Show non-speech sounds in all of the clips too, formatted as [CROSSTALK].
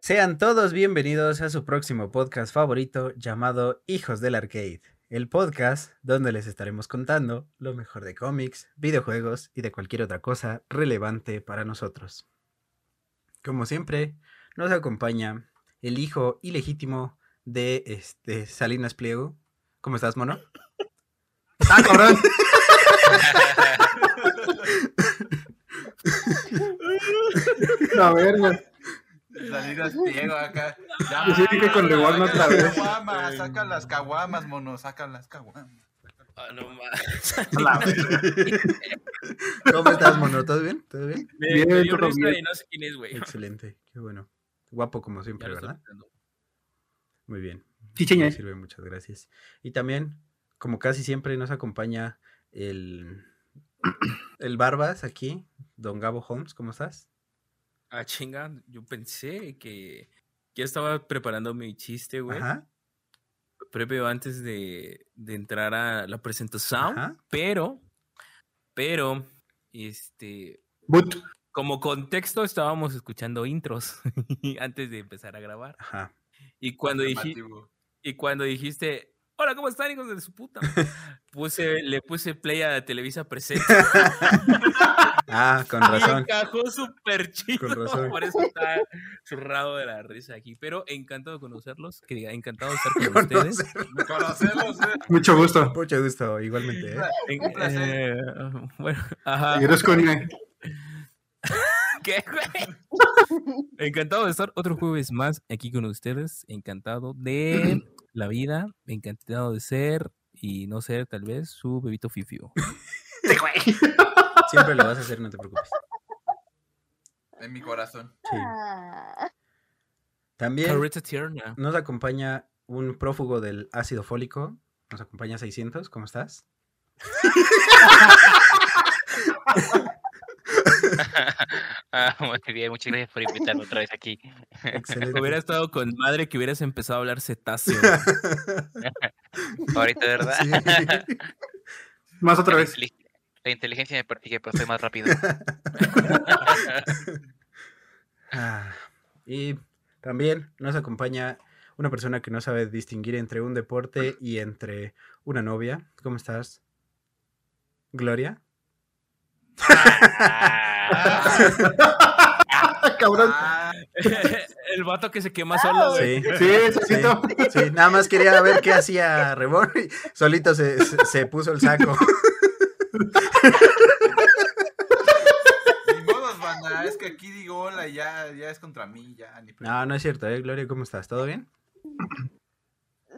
Sean todos bienvenidos a su próximo podcast favorito llamado Hijos del Arcade, el podcast donde les estaremos contando lo mejor de cómics, videojuegos y de cualquier otra cosa relevante para nosotros. Como siempre, nos acompaña el hijo ilegítimo de este Salinas Pliego. ¿Cómo estás, mono? ¡Ah, cabrón! La verga. Salidas ciego acá. Yo sí dije con The Warner otra vez. Eh. Caguamas, saca las caguamas, mono, saca las caguamas. Ah, no [LAUGHS] mames. ¿Cómo estás, mono? ¿Todo bien? ¿Todo bien? [LAUGHS] Me, Bien, me dio todo risa bien. y no sé quién es, güey. [LAUGHS] Ya Excelente, qué bueno. Guapo como siempre, lo estoy ¿verdad? pensando. Muy bien. Sí, señor. Me sirve, muchas gracias. Y también, como casi siempre, nos acompaña el, [COUGHS] el Barbas aquí, don Gabo Holmes, ¿cómo estás? Ah, chinga, yo pensé que ya estaba preparando mi chiste, güey. Ajá, Previo antes de, de entrar a la presentación. Ajá. Pero, pero, este, But. como contexto estábamos escuchando intros [LAUGHS] antes de empezar a grabar. ajá. Y cuando, dije, Afirmativo. Y cuando dijiste, hola, ¿cómo están, hijos de su [LAUGHS] puta? Puse, le puse play a Televisa [LAUGHS] Presenta. Ah, con y razón. encajó súper chido. Con razón. Por eso está churrado de la risa aquí. Pero encantado de conocerlos. Que diga, encantado de [LAUGHS] estar con ustedes. Me conocemos, eh. Mucho gusto. Mucho gusto, igualmente. [LAUGHS] ¿eh? En- Un placer. eh, bueno, ajá. Eres con Ine. ¿Qué, güey? [LAUGHS] Encantado de estar otro jueves más aquí con ustedes. Encantado [CLEARS THROAT] de la vida. Encantado de ser y no ser, tal vez, su bebito fifio. Siempre lo vas a hacer, no te preocupes. En mi corazón. Sí. Ah, También Carreta tierna. nos acompaña un prófugo del ácido fólico, nos acompaña 600, ¿cómo estás? [LAUGHS] Ah, muy bien, muchas gracias por invitarme otra vez aquí. Hubiera Excelente. estado con madre que hubieras empezado a hablar cetáceo. [LAUGHS] [LAUGHS] Ahorita, ¿verdad? [LAUGHS] [LAUGHS] Sí. Más otra La vez. intelig- La inteligencia me persigue, pero soy [LAUGHS] más rápido. Ah, Y también nos acompaña una persona que no sabe distinguir entre un deporte y entre una novia. ¿Cómo estás? Gloria. Ah, Ah, cabrón. el vato que se quema solo, güey. Sí. Sí, Sí, Sosito. sí, nada más quería ver qué hacía Rebor y solito se, se- se puso el saco. Ni modos, banda. Es que aquí digo hola, ya, ya es contra mí, ya. Ni pedo. Ah. No, no es cierto, ¿eh? Gloria, ¿cómo estás? ¿Todo bien?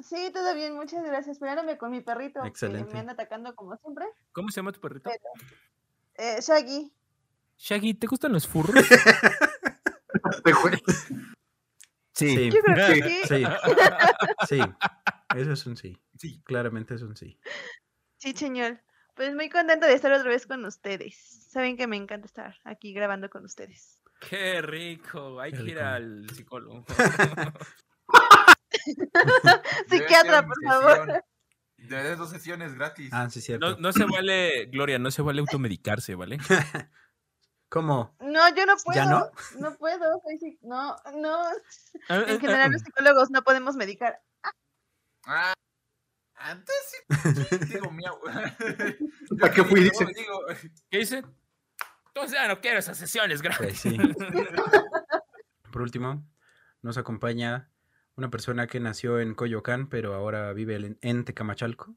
Sí, todo bien, muchas gracias. Peleándome con mi perrito. que Excelente. me anda atacando como siempre. ¿Cómo se llama tu perrito? Eh, Shaggy. Shaggy, ¿te gustan los [LAUGHS] furros? Te juro. Sí, Yo creo que sí, sí. [LAUGHS] sí. Eso es un sí. Sí. Claramente es un sí. Sí, señor. Pues muy contento de estar otra vez con ustedes. Saben que me encanta estar aquí grabando con ustedes. Qué rico. Hay Qué que ir rico. al [LAUGHS] psicólogo. Psiquiatra, Debe por ser mi favor. sesión. Debe ser dos sesiones gratis. Ah, sí, es cierto. No, no se vale, Gloria, no se vale automedicarse, [LAUGHS] ¿vale? ¿Cómo? No, yo no puedo. ¿Ya no? No puedo. soy psi- No, no. Ah, ah, En general, los psicólogos no podemos medicar. Ah, antes sí. sí, Digo, miau. [LAUGHS] ¿Para qué fui? Dice. Digo, ah, ¿Qué dice? Entonces ya no quiero esas sesiones, Pues gracias. sí. [LAUGHS] Por último, nos acompaña una persona que nació en Coyoacán, pero ahora vive en- en Tecamachalco.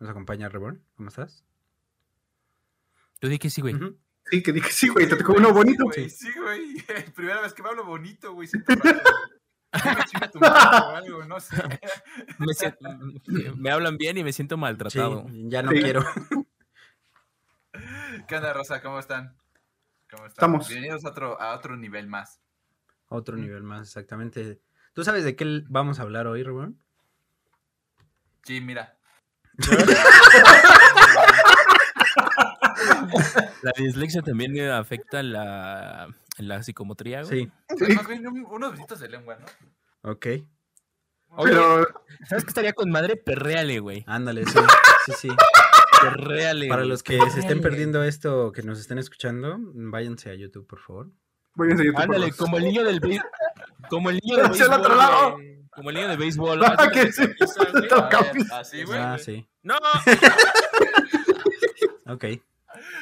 Nos acompaña Reborn, ¿cómo estás? Yo dije que sí, güey. Ujú. Sí, que dije sí, güey. Te tocó uno bonito. güey, sí, güey. [LAUGHS] Primera vez que me hablo bonito, güey. Siento raro. Dime, chinga tu madre o algo, [LAUGHS] no sé. Me, sien- me- me hablan bien y me siento Sí, maltratado. ya no Sí. quiero. [LAUGHS] ¿Qué onda, Rosa? ¿Cómo están? ¿Cómo están? Estamos. Bienvenidos a otro, a otro nivel más. Otro nivel más, exactamente. ¿Tú sabes de qué l- vamos a hablar hoy, Reborn? Sí, mira. La dislexia también me afecta la, la psicomotría, güey. Sí, Hay Pues Más bien un- unos besitos de lengua, [LAUGHS] ¿no? ok. Pero ¿Sabes qué estaría con madre? Perréale, güey. Ándale, sí, sí, sí. Perréale. Para güey, los que se estén perréale. perdiendo esto, que nos estén escuchando, váyanse a YouTube, por favor. voy a enseñar Ándale, como el niño del Como el niño [LAUGHS] de Hacia el béisbol. otro lado. güey. Como el niño de béisbol. [LAUGHS] Ah, hazle que la sí. camisa, güey. Te lo A ver, cambias. Así, güey. Ah, sí. No, Ok.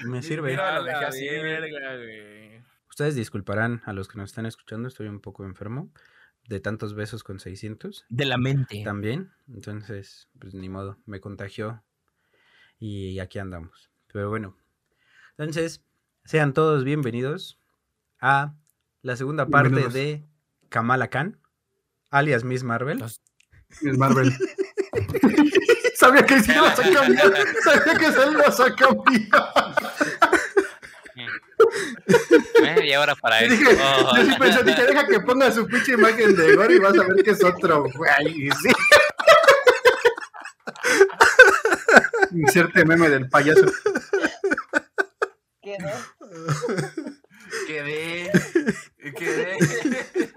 Me sirve. Mira, Ah, lo dejé así, güey. verga, güey. Ustedes disculparán a los que nos están escuchando, estoy un poco enfermo de tantos besos con 600 De la mente. también. Entonces, pues ni modo, me contagió y aquí andamos. Pero bueno, entonces, sean todos bienvenidos a la segunda parte Bienvenidos. de Kamala Khan, alias Miss Marvel. Los- Es Marvel. [LAUGHS] Sabía que sí lo cambiar. [LAUGHS] Sabía que se lo sacó [LAUGHS] Eh, y ahora para Yo eso. dije, yo sí pensé, dije, deja que ponga su pinche imagen de Gore y vas a ver que es otro, güey. Y sí. Inserte meme del payaso. Quedó. Quedé. [LAUGHS] Quedé.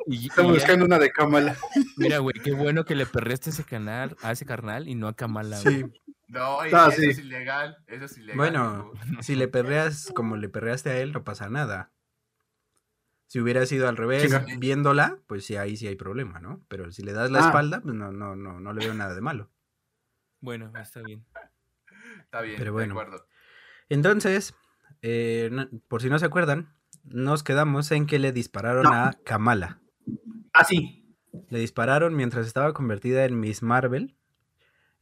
y- y Estamos ya- buscando una de Kamala. mira, güey, qué bueno que le perreste ese canal, a ese carnal y no a Kamala. güey. Sí, No, y- Ah, eso sí. es ilegal. Eso es ilegal. Bueno. hijo. si le perreas como le perreaste a él, no pasa nada. Si hubiera sido al revés, Chinga. viéndola, pues sí, ahí sí hay problema, ¿no? Pero si le das la Ah. espalda, pues no, no, no, no le veo nada de malo. Bueno, está bien. Está bien, Pero Pero bueno. de acuerdo. Entonces, eh, no- por si no se acuerdan, nos quedamos en que le dispararon No. a Kamala. Ah, sí. Le dispararon mientras estaba convertida en Miss Marvel.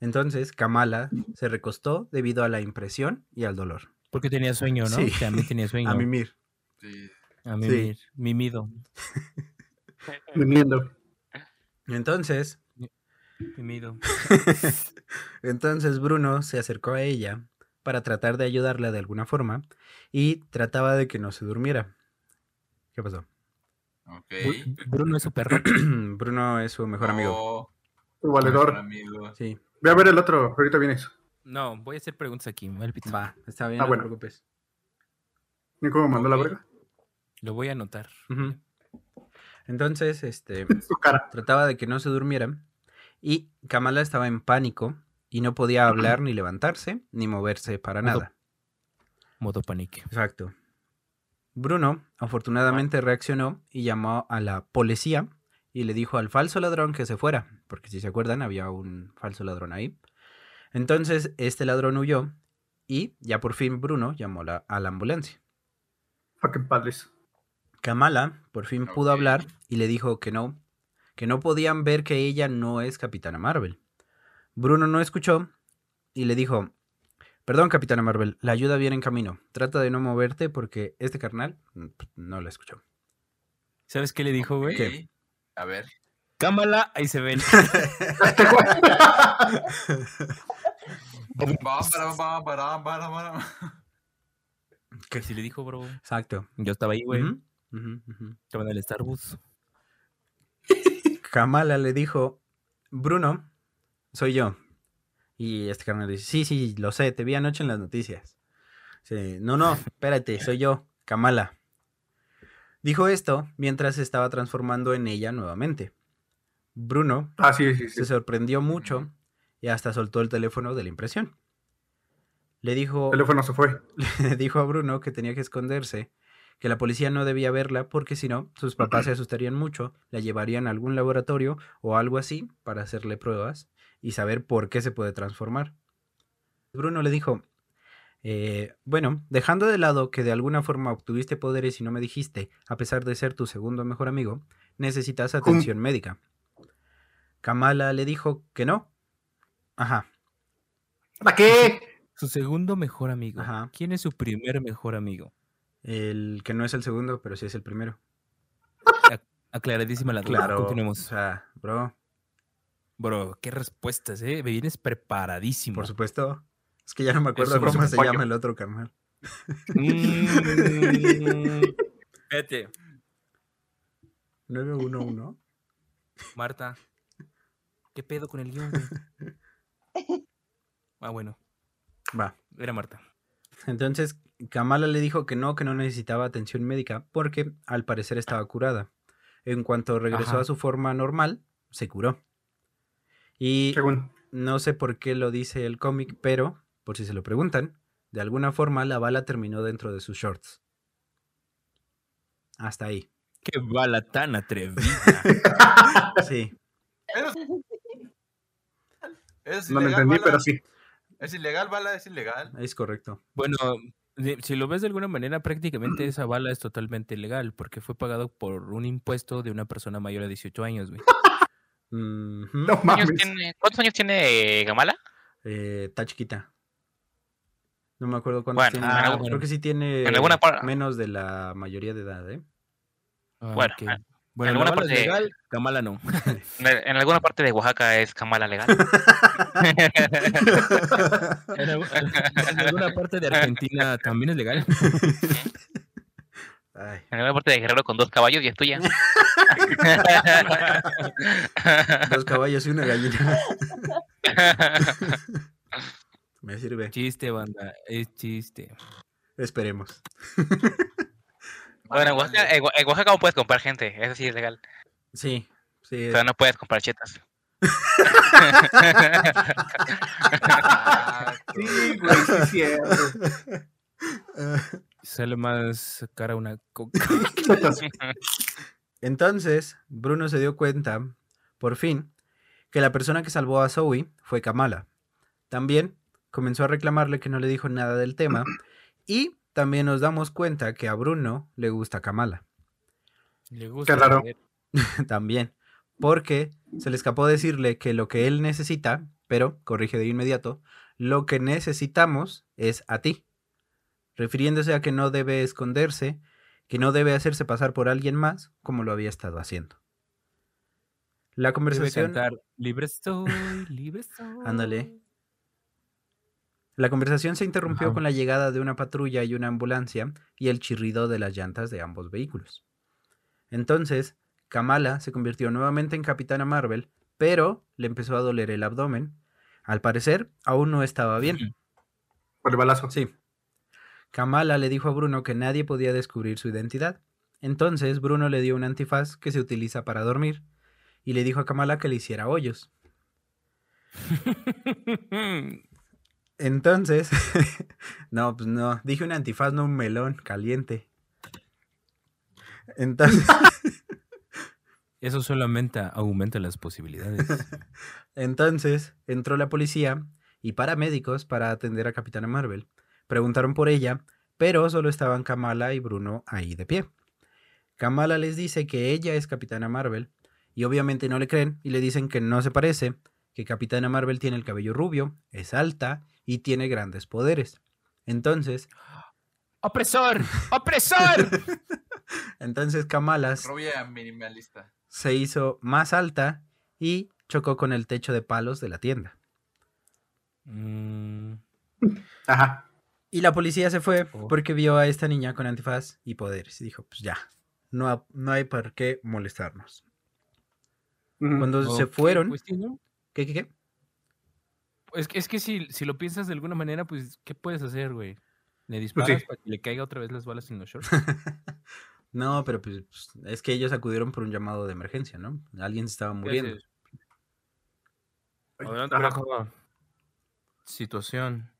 Entonces, Kamala se recostó debido a la impresión y al dolor. Porque tenía sueño, ¿no? Sí. También tenía sueño. A mimir. Sí. A mimir. Mimido. Durmiendo. Entonces, Mimido. [LAUGHS] Entonces Bruno se acercó a ella para tratar de ayudarla de alguna forma y trataba de que no se durmiera. ¿Qué pasó? [CLEARS THROAT] Ok. Bru- Bruno es su perro. Bruno es su mejor amigo. Oh, Tu mejor valedor. amigo. Sí, Ve a ver el otro. Ahorita viene eso. No, voy a hacer preguntas aquí. me vale pito. va, está bien, Ah, no bueno. te preocupes. ¿Y cómo mandó la verga? Lo voy a anotar. Ujú. Entonces, este, Su cara. trataba de que no se durmiera y Kamala estaba en pánico y no podía hablar ni levantarse ni moverse para Modo- nada. Modo panique. Exacto. Bruno afortunadamente reaccionó y llamó a la policía y le dijo al falso ladrón que se fuera, porque si se acuerdan había un falso ladrón ahí. Entonces este ladrón huyó y ya por fin Bruno llamó la- a la ambulancia. Fucking padres. Kamala por fin pudo Ok. hablar y le dijo que no, que no podían ver que ella no es Capitana Marvel. Bruno no escuchó y le dijo, perdón Capitana Marvel, la ayuda viene en camino, trata de no moverte porque este carnal mm, p- no la escuchó. ¿Sabes qué le dijo, güey? ¿Qué? A ver. Cámara, ahí se [LAUGHS] ven. Este güey. Ba, bara, ba, bara, bara, bara. ¿Qué sí le dijo, bro? Exacto. Yo estaba ahí, güey. Ujú, ujú, ujú. Estaba en el Starbucks. Kamala le dijo, Bruno, soy yo. Y este carnal dice, sí, sí, lo sé, te vi anoche en las noticias. Sí, no, no, espérate, soy yo, Kamala. Dijo esto mientras se estaba transformando en ella nuevamente. Bruno Ah, sí, sí, sí. se sorprendió mucho y hasta soltó el teléfono de la impresión. Le dijo, El teléfono se fue. le [LAUGHS] dijo a Bruno que tenía que esconderse, que la policía no debía verla porque si no, sus papás se asustarían mucho, la llevarían a algún laboratorio o algo así para hacerle pruebas y saber por qué se puede transformar. Bruno le dijo, eh, bueno, dejando de lado que de alguna forma obtuviste poderes y no me dijiste, a pesar de ser tu segundo mejor amigo, necesitas atención médica. Kamala le dijo que no. Ajá, ¿Para qué? Su segundo mejor amigo. Ajá. ¿Quién es su primer mejor amigo? el que no es el segundo, pero sí es el primero. Aclaradísima la duda. Claro. O Continuemos. sea, bro. Bro, qué respuestas, ¿eh? Me vienes preparadísimo. [LAUGHS] Por supuesto. Es que ya no me acuerdo Eso, por cómo se supuesto. llama el otro canal. Mm. Vete, 911. Marta. ¿Qué pedo con el guión, güey? Ah, bueno, Va. era Marta. [LAUGHS] Entonces, Kamala le dijo que no, que no necesitaba atención médica porque al parecer estaba curada. En cuanto regresó Ajá. a su forma normal, se curó. Y Según. no sé por qué lo dice el cómic, pero, por si se lo preguntan, de alguna forma la bala terminó dentro de sus shorts. Hasta ahí. Qué bala tan atrevida. Sí. Eso es- eso es No lo ilegal, entendí, bala. pero sí. Es ilegal, bala, es ilegal. Es correcto. Bueno, de- si lo ves de alguna manera, prácticamente esa bala es totalmente legal porque fue pagado por un impuesto de una persona mayor a 18 años, güey. Ujú. No [LAUGHS] ¿Cuántos mames. años [LAUGHS] tiene, ¿Cuántos años tiene eh, Gamala? Eh, está chiquita. No me acuerdo cuántos Bueno, tiene. ah, Creo bueno. que sí tiene En alguna par- menos de la mayoría de edad, [LAUGHS] ¿eh? [LAUGHS] Ah, Bueno, ok. en- bueno la alguna bala es parte- legal, Kamala no. En, en alguna parte de Oaxaca es Gamala [LAUGHS] legal. En, algu- [LAUGHS] en alguna parte de Argentina también es legal. Ay, en alguna parte de Guerrero con dos caballos y [LAUGHS] es tuya. [LAUGHS] dos caballos y una gallina. [LAUGHS] Me sirve. Chiste, banda, es chiste. Esperemos. bueno, Vale, en Oaxaca, vale. en Oa- en Oaxaca no puedes comprar gente, eso sí es legal. Sí, sí. O sea, no puedes [LAUGHS] comprar chetas. Ah, Sí, güey, sí, es cierto. Sale más cara una coca. Chetas. Entonces, Bruno se dio cuenta, por fin, que la persona que salvó a Zoe fue Kamala. También comenzó a reclamarle que no le dijo nada del tema y también nos damos cuenta que a Bruno le gusta Kamala. Le gusta raro. beber. [LAUGHS] También, porque se le escapó decirle que lo que él necesita, pero corrige de inmediato, lo que necesitamos es a ti. Refiriéndose a que no debe esconderse, que no debe hacerse pasar por alguien más como lo había estado haciendo. La Debe conversación cantar, libre estoy, libre estoy. Ándale. La conversación se interrumpió Ajá. con la llegada de una patrulla y una ambulancia y el chirrido de las llantas de ambos vehículos. Entonces, Kamala se convirtió nuevamente en Capitana Marvel, pero le empezó a doler el abdomen. Al parecer, aún no estaba bien. Por el balazo. Sí. Kamala le dijo a Bruno que nadie podía descubrir su identidad. Entonces, Bruno le dio un antifaz que se utiliza para dormir y le dijo a Kamala que le hiciera hoyos. Mm. Entonces, [LAUGHS] no, pues no, dije un antifaz, no un melón caliente. Entonces, Eso solamente aumenta las posibilidades. entonces entró la policía y paramédicos para atender a Capitana Marvel. Preguntaron por ella, pero solo estaban Kamala y Bruno ahí de pie. Kamala les dice que ella es Capitana Marvel y obviamente no le creen y le dicen que no se parece, que Capitana Marvel tiene el cabello rubio, es alta y tiene grandes poderes. Entonces, [LAUGHS] ¡Opresor! ¡Opresor! entonces Kamala Robia [LAUGHS] minimalista. se hizo más alta y chocó con el techo de palos de la tienda. Mm, Ajá. Y la policía se fue Oh. porque vio a esta niña con antifaz y poderes. Y dijo, pues ya, no, ha- no hay por qué molestarnos. Ujú. Cuando se Mm, ok, fueron... pues sí, ¿no? ¿Qué, qué, qué? [LAUGHS] Es que, es que si, si lo piensas de alguna manera, pues, ¿qué puedes hacer, güey? ¿Le Pues disparas sí. para que le caiga otra vez las balas en los [LAUGHS] shorts? No, pero pues pues, es que ellos acudieron por un llamado de emergencia, ¿no? Alguien se estaba muriendo. haces? Adelante, Ajá. viejo. Situación.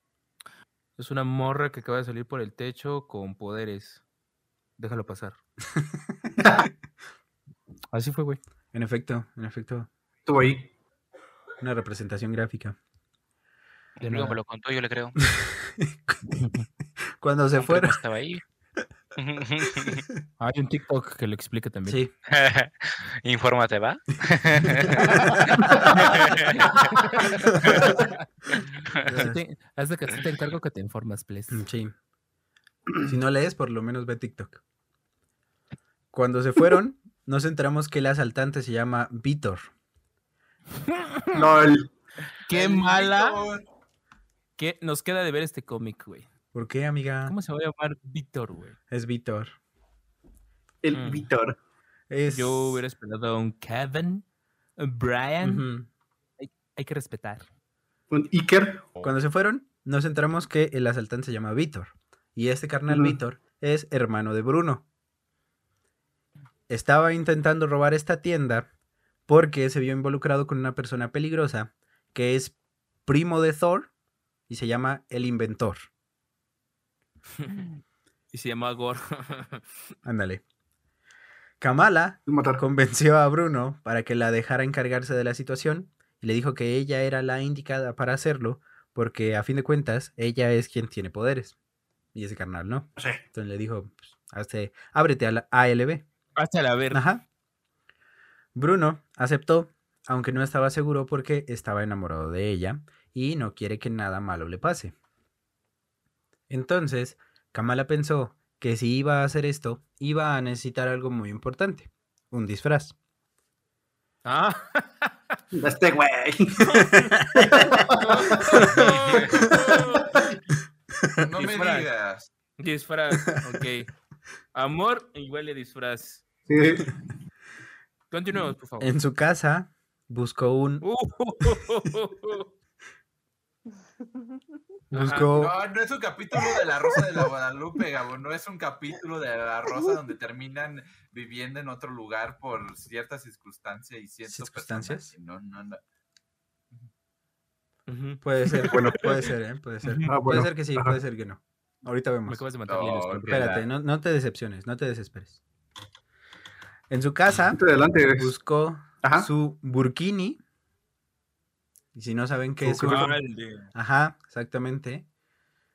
Es una morra que acaba de salir por el techo con poderes. Déjalo [LAUGHS] pasar. Así fue, güey. En efecto, en efecto, Estuvo ahí. una representación gráfica. De Luego nada. me lo contó, yo le creo. Cuando se Un primo fueron... estaba ahí. [LAUGHS] Hay un TikTok que lo explica también. [LAUGHS] Sí. Infórmate, ¿va? [LAUGHS] [LAUGHS] Así te- haz de que así te encargo que te informas, please. Mm, Sí. Si no lees, por lo menos ve TikTok. Cuando se fueron, nos enteramos que el asaltante se llama Víctor. No, el. ¡Qué El mala! Víctor. Que nos queda de ver este cómic, güey. ¿Por qué, amiga? ¿Cómo se va a llamar Víctor, güey? Es Víctor. El Mm. Víctor. Es... Yo hubiera esperado a un Kevin, a Brian. Ujú. Hay que [LAUGHS] respetar. Un Iker. Cuando se fueron, nos enteramos que el asaltante se llama Víctor. Y este carnal Ujú. Víctor es hermano de Bruno. Estaba intentando robar esta tienda porque se vio involucrado con una persona peligrosa que es primo de Thor y se llama el inventor. Y se llama Gor. Ándale. Kamala Matar. convenció a Bruno para que la dejara encargarse de la situación y le dijo que ella era la indicada para hacerlo porque a fin de cuentas ella es quien tiene poderes y ese carnal no. Sí. Entonces le dijo, pues, hazte- ábrete a la ALB. Hasta la verga. Ajá. Bruno aceptó, aunque no estaba seguro porque estaba enamorado de ella y no quiere que nada malo le pase. Entonces, Kamala pensó que si iba a hacer esto, iba a necesitar algo muy importante, un disfraz. Ah. Este güey. No me Disfraz. digas. [LAUGHS] disfraz, ok. Amor igual de disfraz. Sí. Continuemos, por favor. En su casa, buscó un... Buscó... No, no es un capítulo de La Rosa de la Guadalupe, Gabo. No es un capítulo de La Rosa donde terminan viviendo en otro lugar por ciertas circunstancias y ciertas ¿Circunstancias? personajes. No, no, no. [LAUGHS] Ujú. Puede ser, bueno, puede ser, ¿eh? Puede ser. Ah, Puede pues, bueno. ser que sí, Ajá. puede ser que no. Ahorita Me vemos. acabas de matar. Lilo, No, disculpa. Espérate, no, no te decepciones, no te desesperes. En su casa, Adelante, adelante. güey. buscó Ajá. su burkini. Y si no saben qué Su es un... burkini. Vale. Ajá, exactamente.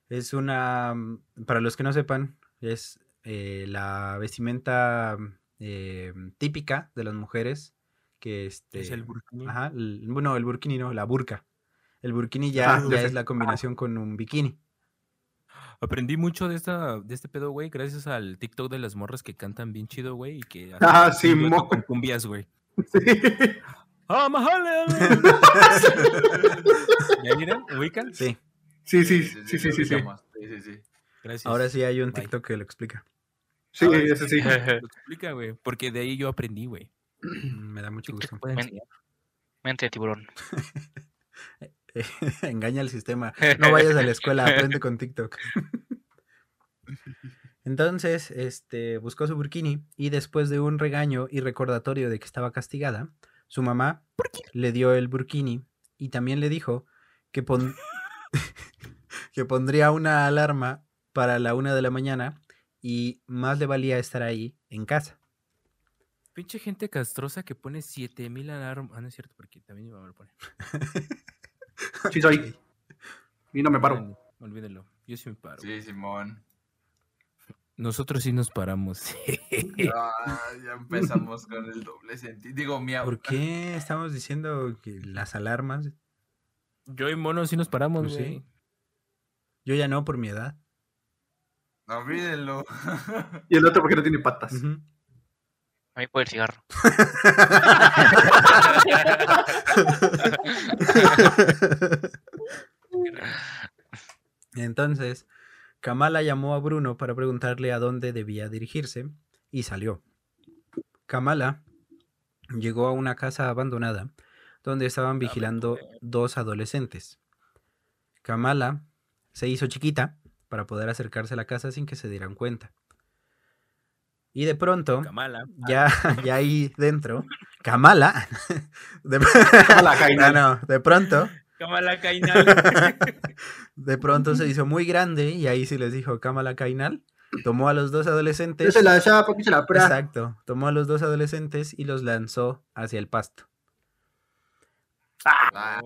Es una... mm, Para los que no sepan, es eh, la vestimenta mm, eh, típica de las mujeres que este... Es el burkini. Ajá, el- bueno, el burkini no, la burka. El burkini ya, Ah, ya ya sé. es la combinación con un bikini. Aprendí mucho de esta, de este pedo, güey, gracias al TikTok de las morras que cantan bien chido, güey, y que hacen Ah, un sí, dueto mo- con cumbias, güey. Sí. ¡Ah, [LAUGHS] majale! ¿Ya miran? ¿Ubican? Sí, Sí, sí, sí, sí, lo sí, sí. ubicamos. sí, sí, sí. Gracias. ahora sí hay un Bye. TikTok que lo explica. Sí, ese Ah, sí. Lo explica, güey, porque de ahí yo aprendí, güey. Mm, Me da mucho gusto. Pueden Men- enseñar. Mente de tiburón. [LAUGHS] Engaña al sistema. No vayas a la escuela, aprende con TikTok. [LAUGHS] Entonces, este, buscó su burkini y después de un regaño y recordatorio de que estaba castigada, su mamá le dio el burkini y también le dijo que, pon- [LAUGHS] que pondría una alarma para la una de la mañana y más le valía estar ahí en casa. Pinche gente castrosa que pone 7000 alarmas. Ah, no es cierto, porque también iba a poner. Sí, [LAUGHS] soy. Y no me paro. Olvídenlo. Yo sí me paro. Sí, Simón. Nosotros sí nos paramos. [LAUGHS] Ah, ya empezamos con el doble sentido. Digo, mi ¿Por qué estamos diciendo que las alarmas? yo y Mono sí nos paramos, Pues sí. güey. Yo ya no por mi edad. No olvídenlo. Y el otro porque no tiene patas. Ujú. A mí por el cigarro. Entonces, Kamala llamó a Bruno para preguntarle a dónde debía dirigirse y salió. Kamala llegó a una casa abandonada donde estaban vigilando dos adolescentes. Kamala se hizo chiquita para poder acercarse a la casa sin que se dieran cuenta. Y de pronto, Kamala. [LAUGHS] ya, [LAUGHS] ya ahí dentro, Kamala, [LAUGHS] de, Kamala Jaina. [LAUGHS] no, no, de [LAUGHS] pronto, [LAUGHS] Kamala Kainal. de pronto se hizo muy grande y ahí sí les dijo Kamala Kainal. Tomó a los dos adolescentes. se la echaba porque se la pra. Exacto. Tomó a los dos adolescentes y los lanzó hacia el pasto. Ah,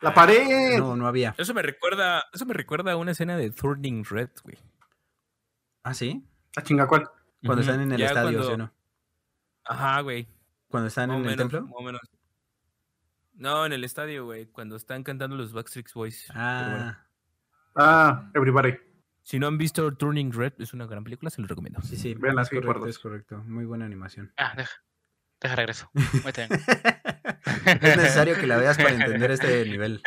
La pared. No, no había. [LAUGHS] Eso me recuerda, eso me recuerda a una escena de Turning Red, güey. ¿Ah, sí? La chinga cuál. Cuando Ujú. están en el Ya estadio, cuando- ¿sí o no? Ajá, güey. Cuando están Más o en el menos, templo. más o menos. No, en el estadio, güey, cuando están cantando los Backstreet Boys. Pero bueno, Ah, Ah, everybody. Si no han visto Turning Red, es una gran película, se los recomiendo. sí, sí. Véanla, es sí, correcto, gordos. es correcto. Muy buena [LAUGHS] animación. Ah, deja. Deja regreso. Ahí te vengo. es necesario que la veas para entender este [LAUGHS] nivel.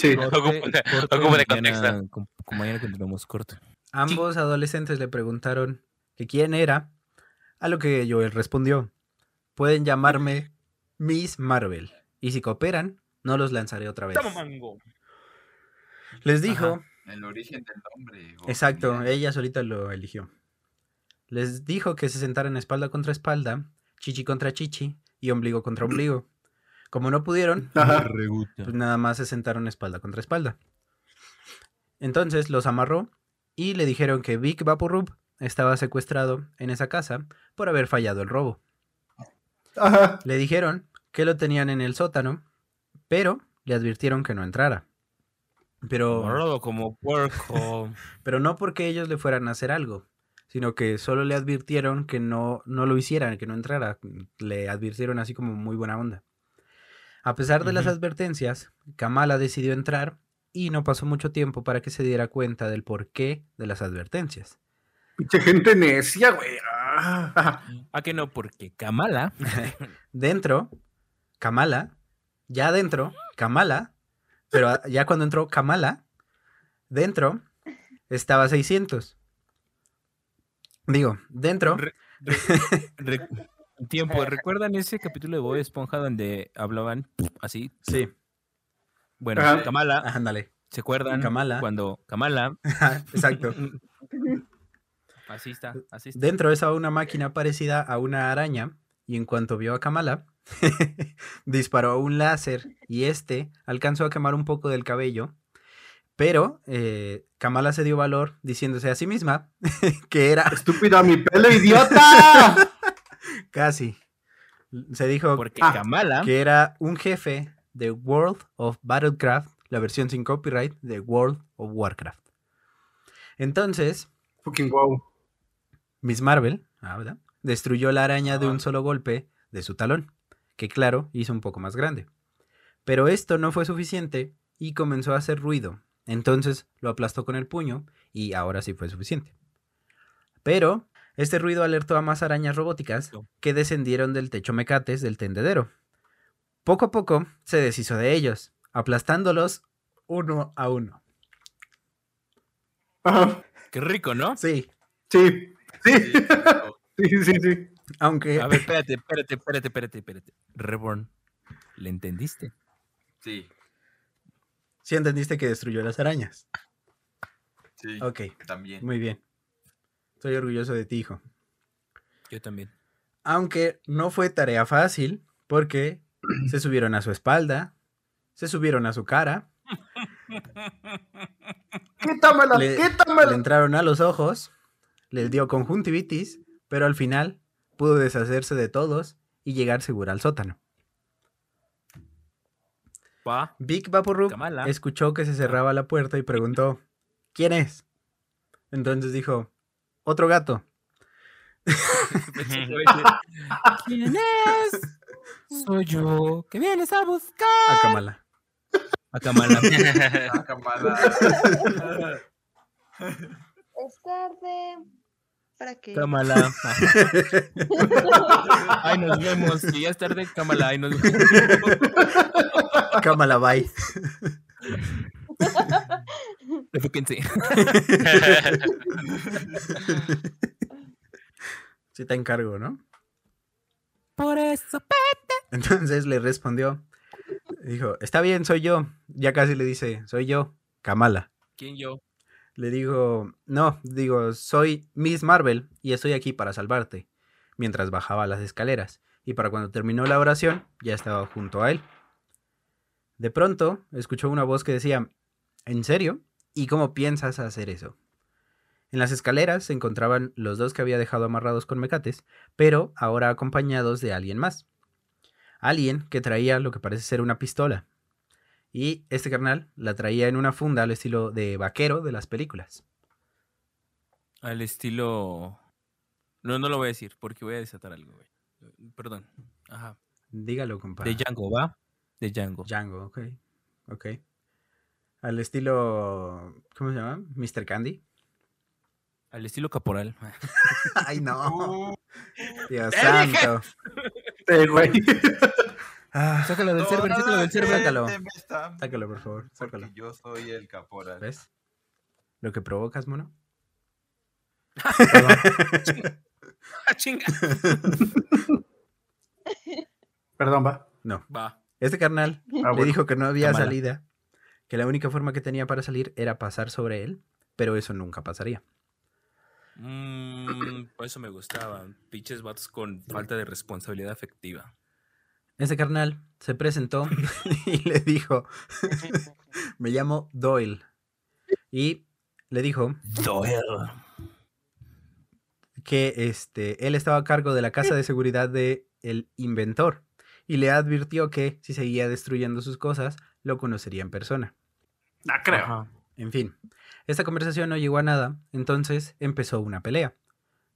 Sí. Ocupa- Corte, ocupa de mañana contexto. con- con mañana continuamos corto. Ambos adolescentes le preguntaron que quién era, a lo que Joel respondió, pueden llamarme Miss Marvel, y si cooperan, no los lanzaré otra pues. vez. mango. Les dijo, [LAUGHS] el origen del nombre. Gabo, exacto, eh. mira. ella solita lo eligió. Les dijo que se sentaran espalda contra espalda, chichi contra chichi y ombligo contra ombligo. Como no pudieron, Ajá. pues nada más se sentaron espalda contra espalda. Entonces los amarró y le dijeron que Vic Vaporub estaba secuestrado en esa casa por haber fallado el robo. Ajá. Le dijeron que lo tenían en el sótano, pero le advirtieron que no entrara. Pero, Morado como puerco. [LAUGHS] pero no porque ellos le fueran a hacer algo, sino que solo le advirtieron que no, no lo hicieran, que no entrara. Le advirtieron así como muy buena onda. A pesar de las Ujú. advertencias, Kamala decidió entrar y no pasó mucho tiempo para que se diera cuenta del porqué de las advertencias. Pinche gente necia, güey. Ah, ajá. Mm. ¿A que no? Porque Kamala. Dentro, Kamala, ya adentro, Kamala, pero a- ya cuando entró Kamala, dentro estaba 600. Digo, dentro, Re- re- [LAUGHS] tiempo. ¿Recuerdan ese capítulo de Bob Esponja donde hablaban así? sí, Bueno, Ajá. Kamala, ándale, ¿se acuerdan? Kamala. Cuando Kamala. Ah, exacto. [LAUGHS] Así está, así está. Dentro estaba una máquina parecida a una araña y en cuanto vio a Kamala, [LAUGHS] disparó un láser y este alcanzó a quemar un poco del cabello. Pero eh, Kamala se dio valor diciéndose a sí misma [LAUGHS] que era Estúpida mi pelo, idiota. [LAUGHS] casi. Se dijo Porque Ah, Kamala. que era un jefe de World of Battlecraft, la versión sin copyright de World of Warcraft. Entonces, Fucking wow. Miss Marvel, ah, ¿verdad? destruyó la araña de Ah. un solo golpe de su talón, que claro, hizo un poco más grande. Pero esto no fue suficiente y comenzó a hacer ruido. Entonces lo aplastó con el puño y ahora sí fue suficiente. Pero este ruido alertó a más arañas robóticas No. que descendieron del techo mecates del tendedero. Poco a poco se deshizo de ellos, aplastándolos uno a uno. Ajá. Qué rico, ¿no? Sí, Sí. [LAUGHS] Sí. Pero Sí, sí, sí. aunque A ver, espérate, espérate, espérate, espérate, espérate. Reborn. ¿Le entendiste? Sí, sí entendiste que destruyó las arañas. sí, Ok. [LAUGHS] también. Muy bien. Estoy orgulloso de ti, hijo. Yo también. Aunque no fue tarea fácil, porque [CLEARS THROAT] se subieron a su espalda, se subieron a su cara, Quítamela, Le- le quítamela. entraron a los ojos, les dio conjuntivitis, pero al final pudo deshacerse de todos y llegar segura al sótano. [LAUGHS] Pa. Vic Vaporub Kamala. escuchó que se cerraba la puerta y preguntó, ¿quién es? Entonces dijo, otro gato. [LAUGHS] ¿Quién es? Soy yo. Que vienes a buscar. A [LAUGHS] Kamala. [LAUGHS] A Kamala. Ah, Kamala. [LAUGHS] Es tarde. ¿Para [LAUGHS] qué? Kamala. Ay, nos vemos. Si ya es tarde, Kamala. Ay, nos [LAUGHS] vemos. Kamala, bye. Refúquense. Si te encargo, ¿no? Por eso. Entonces le respondió, dijo, está bien, soy yo. Ya casi le dice, soy yo, Kamala. ¿Quién yo? Le digo, no, digo, soy Miss Marvel y estoy aquí para salvarte. Mientras bajaba las escaleras. Y para cuando terminó la oración, ya estaba junto a él. De pronto, escuchó una voz que decía, ¿en serio? ¿Y cómo piensas hacer eso? En las escaleras se encontraban los dos que había dejado amarrados con mecates, pero ahora acompañados de alguien más. Alguien que traía lo que parece ser una pistola. Y este carnal la traía en una funda al estilo de vaquero de las películas. Al estilo. No, no lo voy a decir porque voy a desatar algo, güey. Perdón. Ajá. Dígalo, compadre. De Django, ¿va? De Django. Django, ok. Ok. Al estilo. ¿Cómo se llama? Mr. Candy. [LAUGHS] Al estilo [LAUGHS] caporal. Ay, no. Uh, Dios ¡Te dije! santo. Sí, güey. Ah, Sácala del server, sácala del server. server, sácalo. gente me está- sácalo, por favor. Sácalo. Porque yo soy el caporal. ¿Ves? Lo que provocas, mono. Ah, chinga. Perdón, va. No. Va. Este carnal Ah, le bueno. dijo que no había Kamala. salida. Que la única forma que tenía para salir era pasar sobre él. Pero eso nunca pasaría. Mmm, por eso me gustaban. Pinches vatos con falta de responsabilidad afectiva. Ese carnal se presentó y le dijo: Me llamo Doyle. Y le dijo que este, él estaba a cargo de la casa de seguridad del el inventor y le advirtió que si seguía destruyendo sus cosas, lo conocería en persona. No Ah, creo. Ajá. En fin, esta conversación no llegó a nada, entonces empezó una pelea.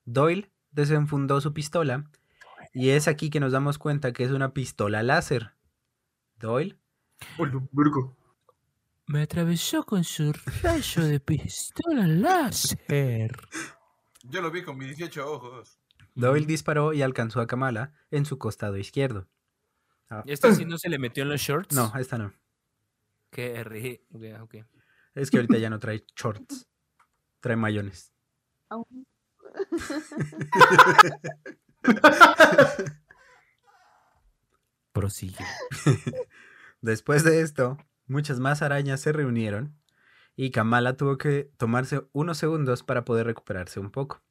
Doyle desenfundó su pistola y es aquí que nos damos cuenta que es una pistola láser. Doyle Uy, Bruco. Me atravesó con su rayo de pistola láser. Yo lo vi con mis 18 ojos. Doyle disparó y alcanzó a Kamala en su costado izquierdo. Ah, ¿Y ¿Esta sí no se le metió en los shorts? [LAUGHS] no, esta no. Qué ri- ya, ok. Es que ahorita ya no trae shorts. Trae mayones. Prosigue. Después de esto, muchas más arañas se reunieron y Kamala tuvo que tomarse unos segundos para poder recuperarse un poco.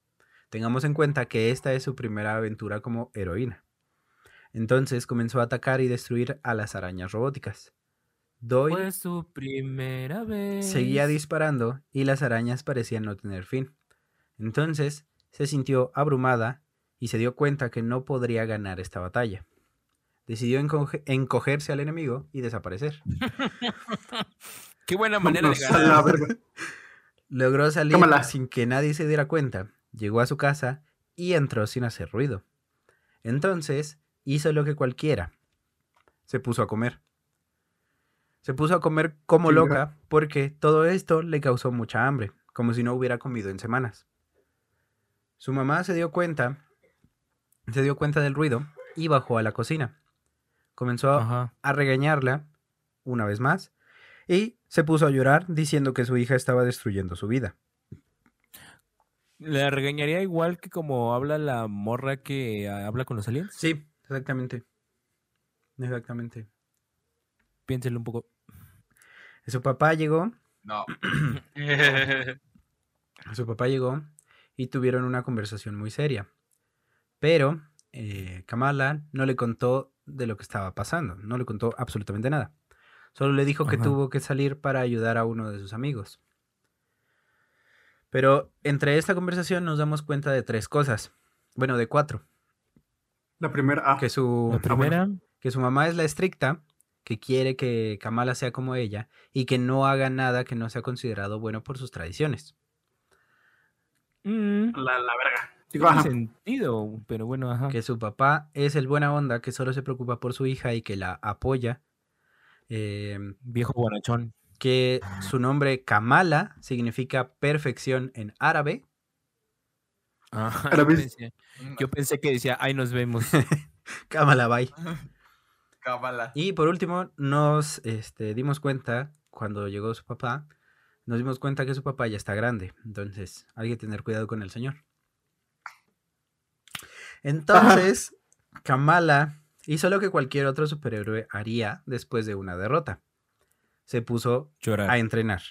Tengamos en cuenta que esta es su primera aventura como heroína. Entonces comenzó a atacar y destruir a las arañas robóticas. Doyle Fue su primera vez. seguía disparando y las arañas parecían no tener fin. Entonces se sintió abrumada y se dio cuenta que no podría ganar esta batalla. Decidió encoge- encogerse al enemigo y desaparecer. Qué buena manera de Vámonos a ganar. la verga. Logró salir Tómala. sin que nadie se diera cuenta, llegó a su casa y entró sin hacer ruido. Entonces hizo lo que cualquiera. Se puso a comer. Se puso a comer como Chinga. loca porque todo esto le causó mucha hambre, como si no hubiera comido en semanas. Su mamá se dio cuenta, se dio cuenta del ruido y bajó a la cocina. Comenzó a Ajá. a regañarla una vez más y se puso a llorar diciendo que su hija estaba destruyendo su vida. La regañaría igual que como habla la morra que ah, habla con los aliens. Sí, exactamente. Exactamente. Piénselo un poco. Su papá llegó, No, su papá llegó y tuvieron una conversación muy seria. Pero eh, Kamala no le contó de lo que estaba pasando, no le contó absolutamente nada. Solo le dijo que Ajá. tuvo que salir para ayudar a uno de sus amigos. Pero entre esta conversación nos damos cuenta de tres cosas. Bueno, de cuatro. La primera A. que su, La ah, bueno, primera. que su mamá es la estricta, que quiere que Kamala sea como ella y que no haga nada que no sea considerado bueno por sus tradiciones. mm, La, la verga. Digo, tiene ajá. sentido, pero bueno, ajá. Que su papá es el buena onda, que solo se preocupa por su hija y que la apoya. eh, Viejo bonachón. que Ah. su nombre Kamala significa perfección en árabe. Ajá, Pero yo, ves- pensé, yo pensé que decía, ahí nos vemos. Kamala bye. cábala. Y por último, nos este, dimos cuenta, cuando llegó su papá, nos dimos cuenta que su papá ya está grande. Entonces, hay que tener cuidado con el señor. [LAUGHS] Entonces, Kamala hizo lo que cualquier otro superhéroe haría después de una derrota. Se puso a Llorar. entrenar.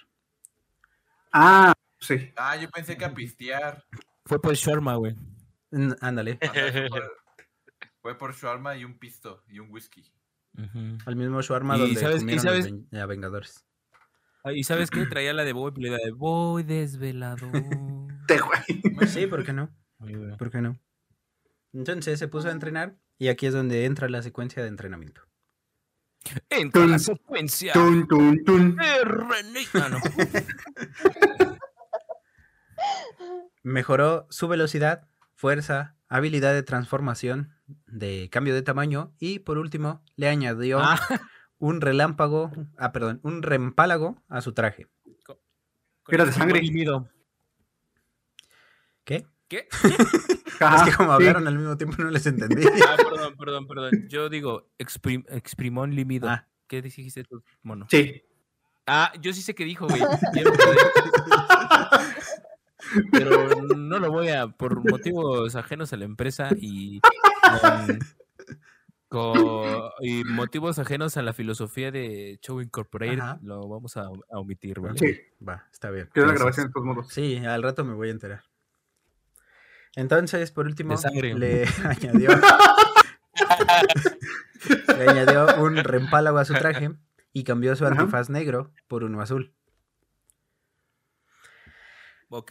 Ah, sí. Ah, yo pensé que [LAUGHS] a pistear. Fue por Sharma, güey. Mm, Ándale, Andaba por- Fue por shawarma y un pisto y un whisky. Ujú. al mismo Shawarma ¿Y donde sabes- y comieron los sabes- ven- a Vengadores. Ah, ¿Y sabes qué? Traía la de Boy, pero la de Boy desvelado. Te, güey. Sí, ¿por qué no? ¿Por qué no? Entonces se puso a entrenar y aquí es donde entra la secuencia de entrenamiento. Entra la Tun, secuencia. Tun, tun, tun. de René- Ah, no. Mejoró su velocidad, fuerza, habilidad de transformación, de cambio de tamaño y por último le añadió Ah, un relámpago, ah, perdón, un rempálago a su traje. con Era el de sangre. comprimido. ¿Qué? ¿Qué? Ajá, es que como Ah, sí. hablaron al mismo tiempo no les entendí. Ah, perdón, perdón, perdón. Yo digo exprim- exprimón limido. Ah, ¿Qué dijiste tú, mono? Sí. Ah, yo sí sé qué dijo, [LAUGHS] güey. Ya me acordé. Pero no lo voy a, por motivos ajenos a la empresa y con, con- y motivos ajenos a la filosofía de Show Incorporated, Ajá. lo vamos a, a omitir, ¿vale? Sí. va, está bien. Quedó la Gracias. grabación de todos modos. Sí, al rato me voy a enterar. Entonces, por último, De sangre. le [LAUGHS] añadió, le añadió un rempálago a su traje y cambió su Ajá. antifaz negro por uno azul. Ok.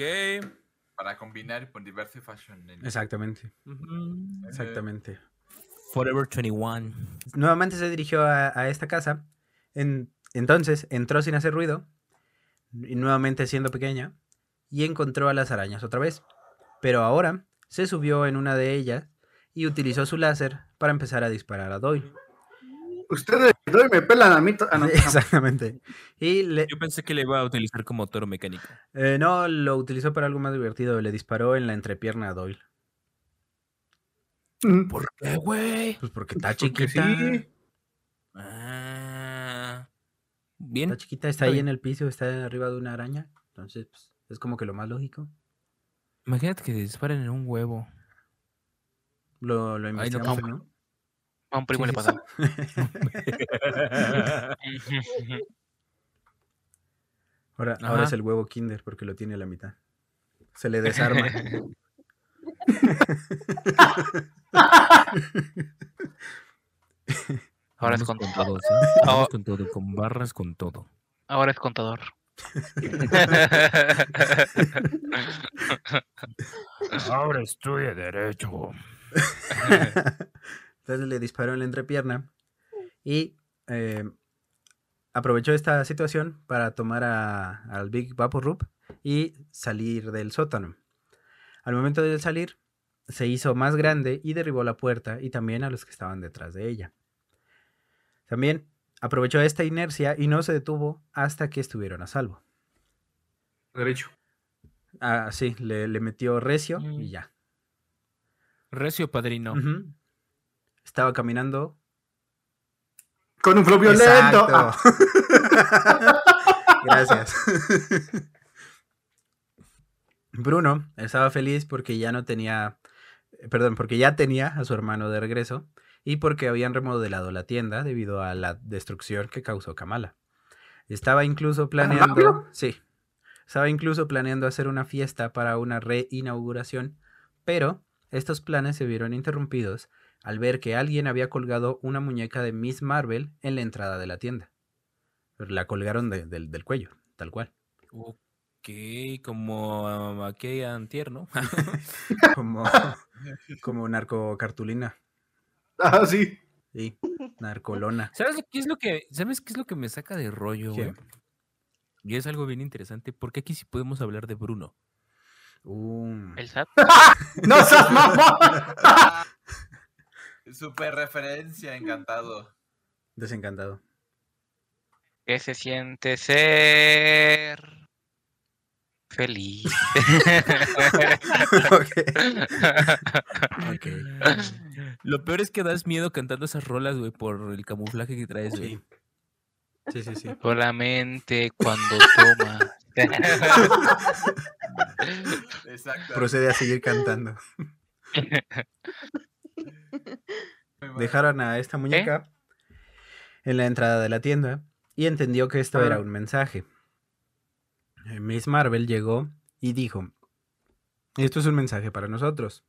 para combinar con diverse fashion. en- Exactamente, Ujú. Eh, exactamente. Forever 21. Nuevamente se dirigió a, a esta casa. en- entonces entró sin hacer ruido. Y nuevamente siendo pequeña. Y encontró a las arañas otra vez. Pero ahora se subió en una de ellas y utilizó su láser para empezar a disparar a Doyle. Ustedes doy me pelan a mí. to- [LAUGHS] ah, no. Exactamente. Y le, Yo pensé que le iba a utilizar como toro mecánico. eh, no, lo utilizó para algo más divertido. Le disparó en la entrepierna a Doyle. Mm, ¿Por qué, Eh, güey? Pues porque está [LAUGHS] porque chiquita. sí. Ah. Bien. Está chiquita, está Está ahí en bien. el piso, está arriba de una araña. Entonces, pues, es como que lo más lógico. Imagínate que disparen en un [LAUGHS] huevo. Lo, lo Ay, no, investigamos, tampoco. ¿no? [LAUGHS] A un primo Sí, le sí, pasó. Ahora, ahora es Ajá. el huevo Kinder porque lo tiene a la mitad. Se le [LAUGHS] desarma. [LAUGHS] Ahora es Vamos contador. todo, [LAUGHS] ¿sí? Ah, Vamos con todo, con barras, con todo. Ahora es [LAUGHS] contador. Ahora estoy de derecho. Entonces le disparó en la entrepierna y eh, aprovechó esta situación para tomar a- al Big Vaporrup y salir del sótano. Al momento de salir, se hizo más grande y derribó la puerta y también a los que estaban detrás de ella. También aprovechó esta inercia y no se detuvo hasta que estuvieron a salvo. Derecho. Ah, sí, le, le metió recio y Mm. ya. Recio padrino. Ujú. Estaba caminando Con un flow violento. Exacto. Ah, [LAUGHS] Gracias. Bruno estaba feliz porque ya no tenía, eh, perdón, porque ya tenía a su hermano de regreso y porque habían remodelado la tienda debido a la destrucción que causó Kamala. Estaba incluso planeando, rápido? sí, estaba incluso planeando hacer una fiesta para una reinauguración, pero estos planes se vieron interrumpidos al ver que alguien había colgado una muñeca de Miss Marvel en la entrada de la tienda. La colgaron de- del- del cuello, tal cual. Ok, como ah, aquí antier, ¿no? [LAUGHS] [LAUGHS] como, [LAUGHS] como narcocartulina ah, sí. y narcolona. [LAUGHS] ¿Sabes lo- qué es lo que, ¿sabes qué es lo que me saca de rollo, ¿Qué? güey? Y es algo bien interesante, porque aquí sí podemos hablar de Bruno. Um, El SAT. No [LAUGHS] seas mamá. Super referencia, encantado. desencantado. ¿Qué se siente ser [LAUGHS] feliz? [LAUGHS] Ok, [LAUGHS] ok. Lo peor es que das miedo cantando esas rolas, güey, por el camuflaje que traes, güey. Sí. Sí, sí, sí. Solamente cuando toma. Exacto. Procede a seguir cantando. muy bueno. Dejaron a ¿Eh? esta muñeca en la entrada de la tienda y entendió que esto era Ah. un mensaje. Eh, Miss Marvel llegó y dijo, esto es un mensaje para nosotros.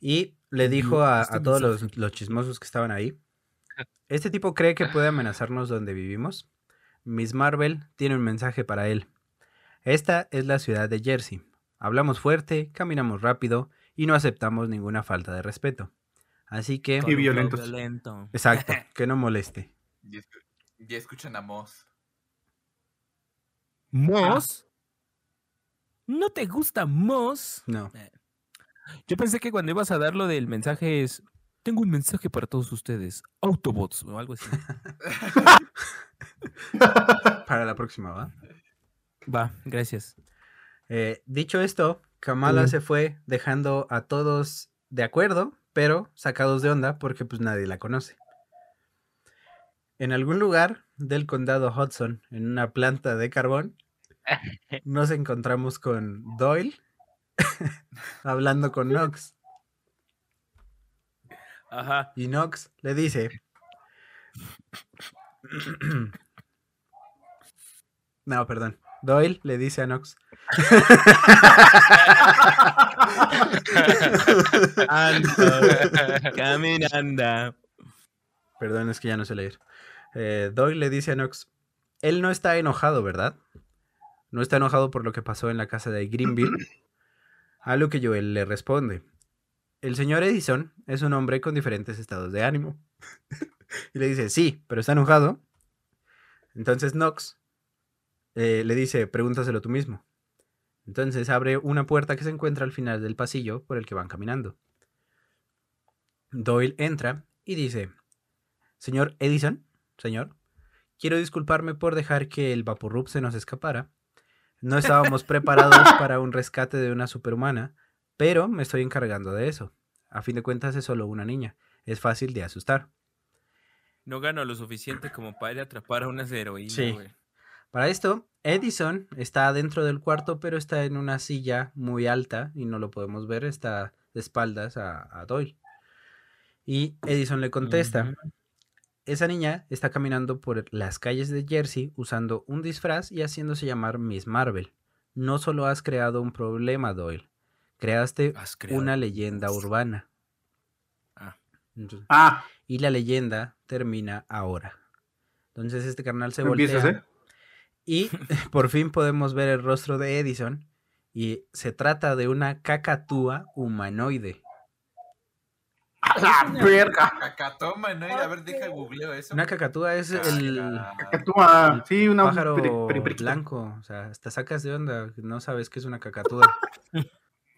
Y le dijo a, este a todos mensaje. Ah. los, los chismosos que estaban ahí, este tipo cree que puede amenazarnos donde vivimos. Miss Marvel tiene un mensaje para él. Esta es la ciudad de Jersey. Hablamos fuerte, caminamos rápido y no aceptamos ninguna falta de respeto. Así que... Con un flow violentos. violento. Exacto, que no moleste. Ya, escu- ya escuchan a Moss. Ah. ¿Moss? ¿No te gusta Moss? No. Yo pensé que cuando ibas a dar lo del mensaje es, tengo un mensaje para todos ustedes, Autobots, o algo [LAUGHS] así. Para la próxima, ¿va? Va, gracias. Eh, dicho esto, Kamala se fue dejando a todos de acuerdo, pero sacados de onda porque pues nadie la conoce. En algún lugar del condado Hudson, en una planta de carbón, nos encontramos con Doyle [LAUGHS] hablando con Knox. Ajá. Y Knox le dice... [CLEARS THROAT] no, perdón. Doyle le dice a Knox, [LAUGHS] Caminanda. Perdón, es que ya no sé leer. Eh, Doyle le dice a Knox, él no está enojado, ¿verdad? No está enojado por lo que pasó en la casa de Greenville. A lo que Joel le responde. El señor Edison es un hombre con diferentes estados de ánimo. [LAUGHS] y le dice, sí, pero está enojado. Entonces Knox eh, le dice, pregúntaselo tú mismo. Entonces abre una puerta que se encuentra al final del pasillo por el que van caminando. Doyle entra y dice, Señor Edison, señor, quiero disculparme por dejar que el Vaporrup se nos escapara. No estábamos preparados para un rescate de una superhumana, pero me estoy encargando de eso. A fin de cuentas es solo una niña. Es fácil de asustar. No gano lo suficiente como para ir a atrapar a unas heroínas, Sí. güey. Para esto, Edison está dentro del cuarto, pero está en una silla muy alta y no lo podemos ver, está de espaldas a, a Doyle. Y Edison le contesta, esa niña está caminando por las calles de Jersey usando un disfraz y haciéndose llamar Miss Marvel. No solo has creado un problema, Doyle, creaste Has Ah, creado una leyenda urbana. Ah. Entonces- Ah, y la leyenda termina ahora. Entonces este carnal se Empiezas, eh? voltea. Y [LAUGHS] por fin podemos ver el rostro de Edison. Y se trata de una cacatúa humanoide. a la verga. Cacatoma, ¿no? Y a ver, deja googleo eso. Una cacatúa es el Cacatúa, ah, sí, una pájaro peri- peri- blanco. O sea, hasta sacas de onda. No sabes qué es una cacatúa.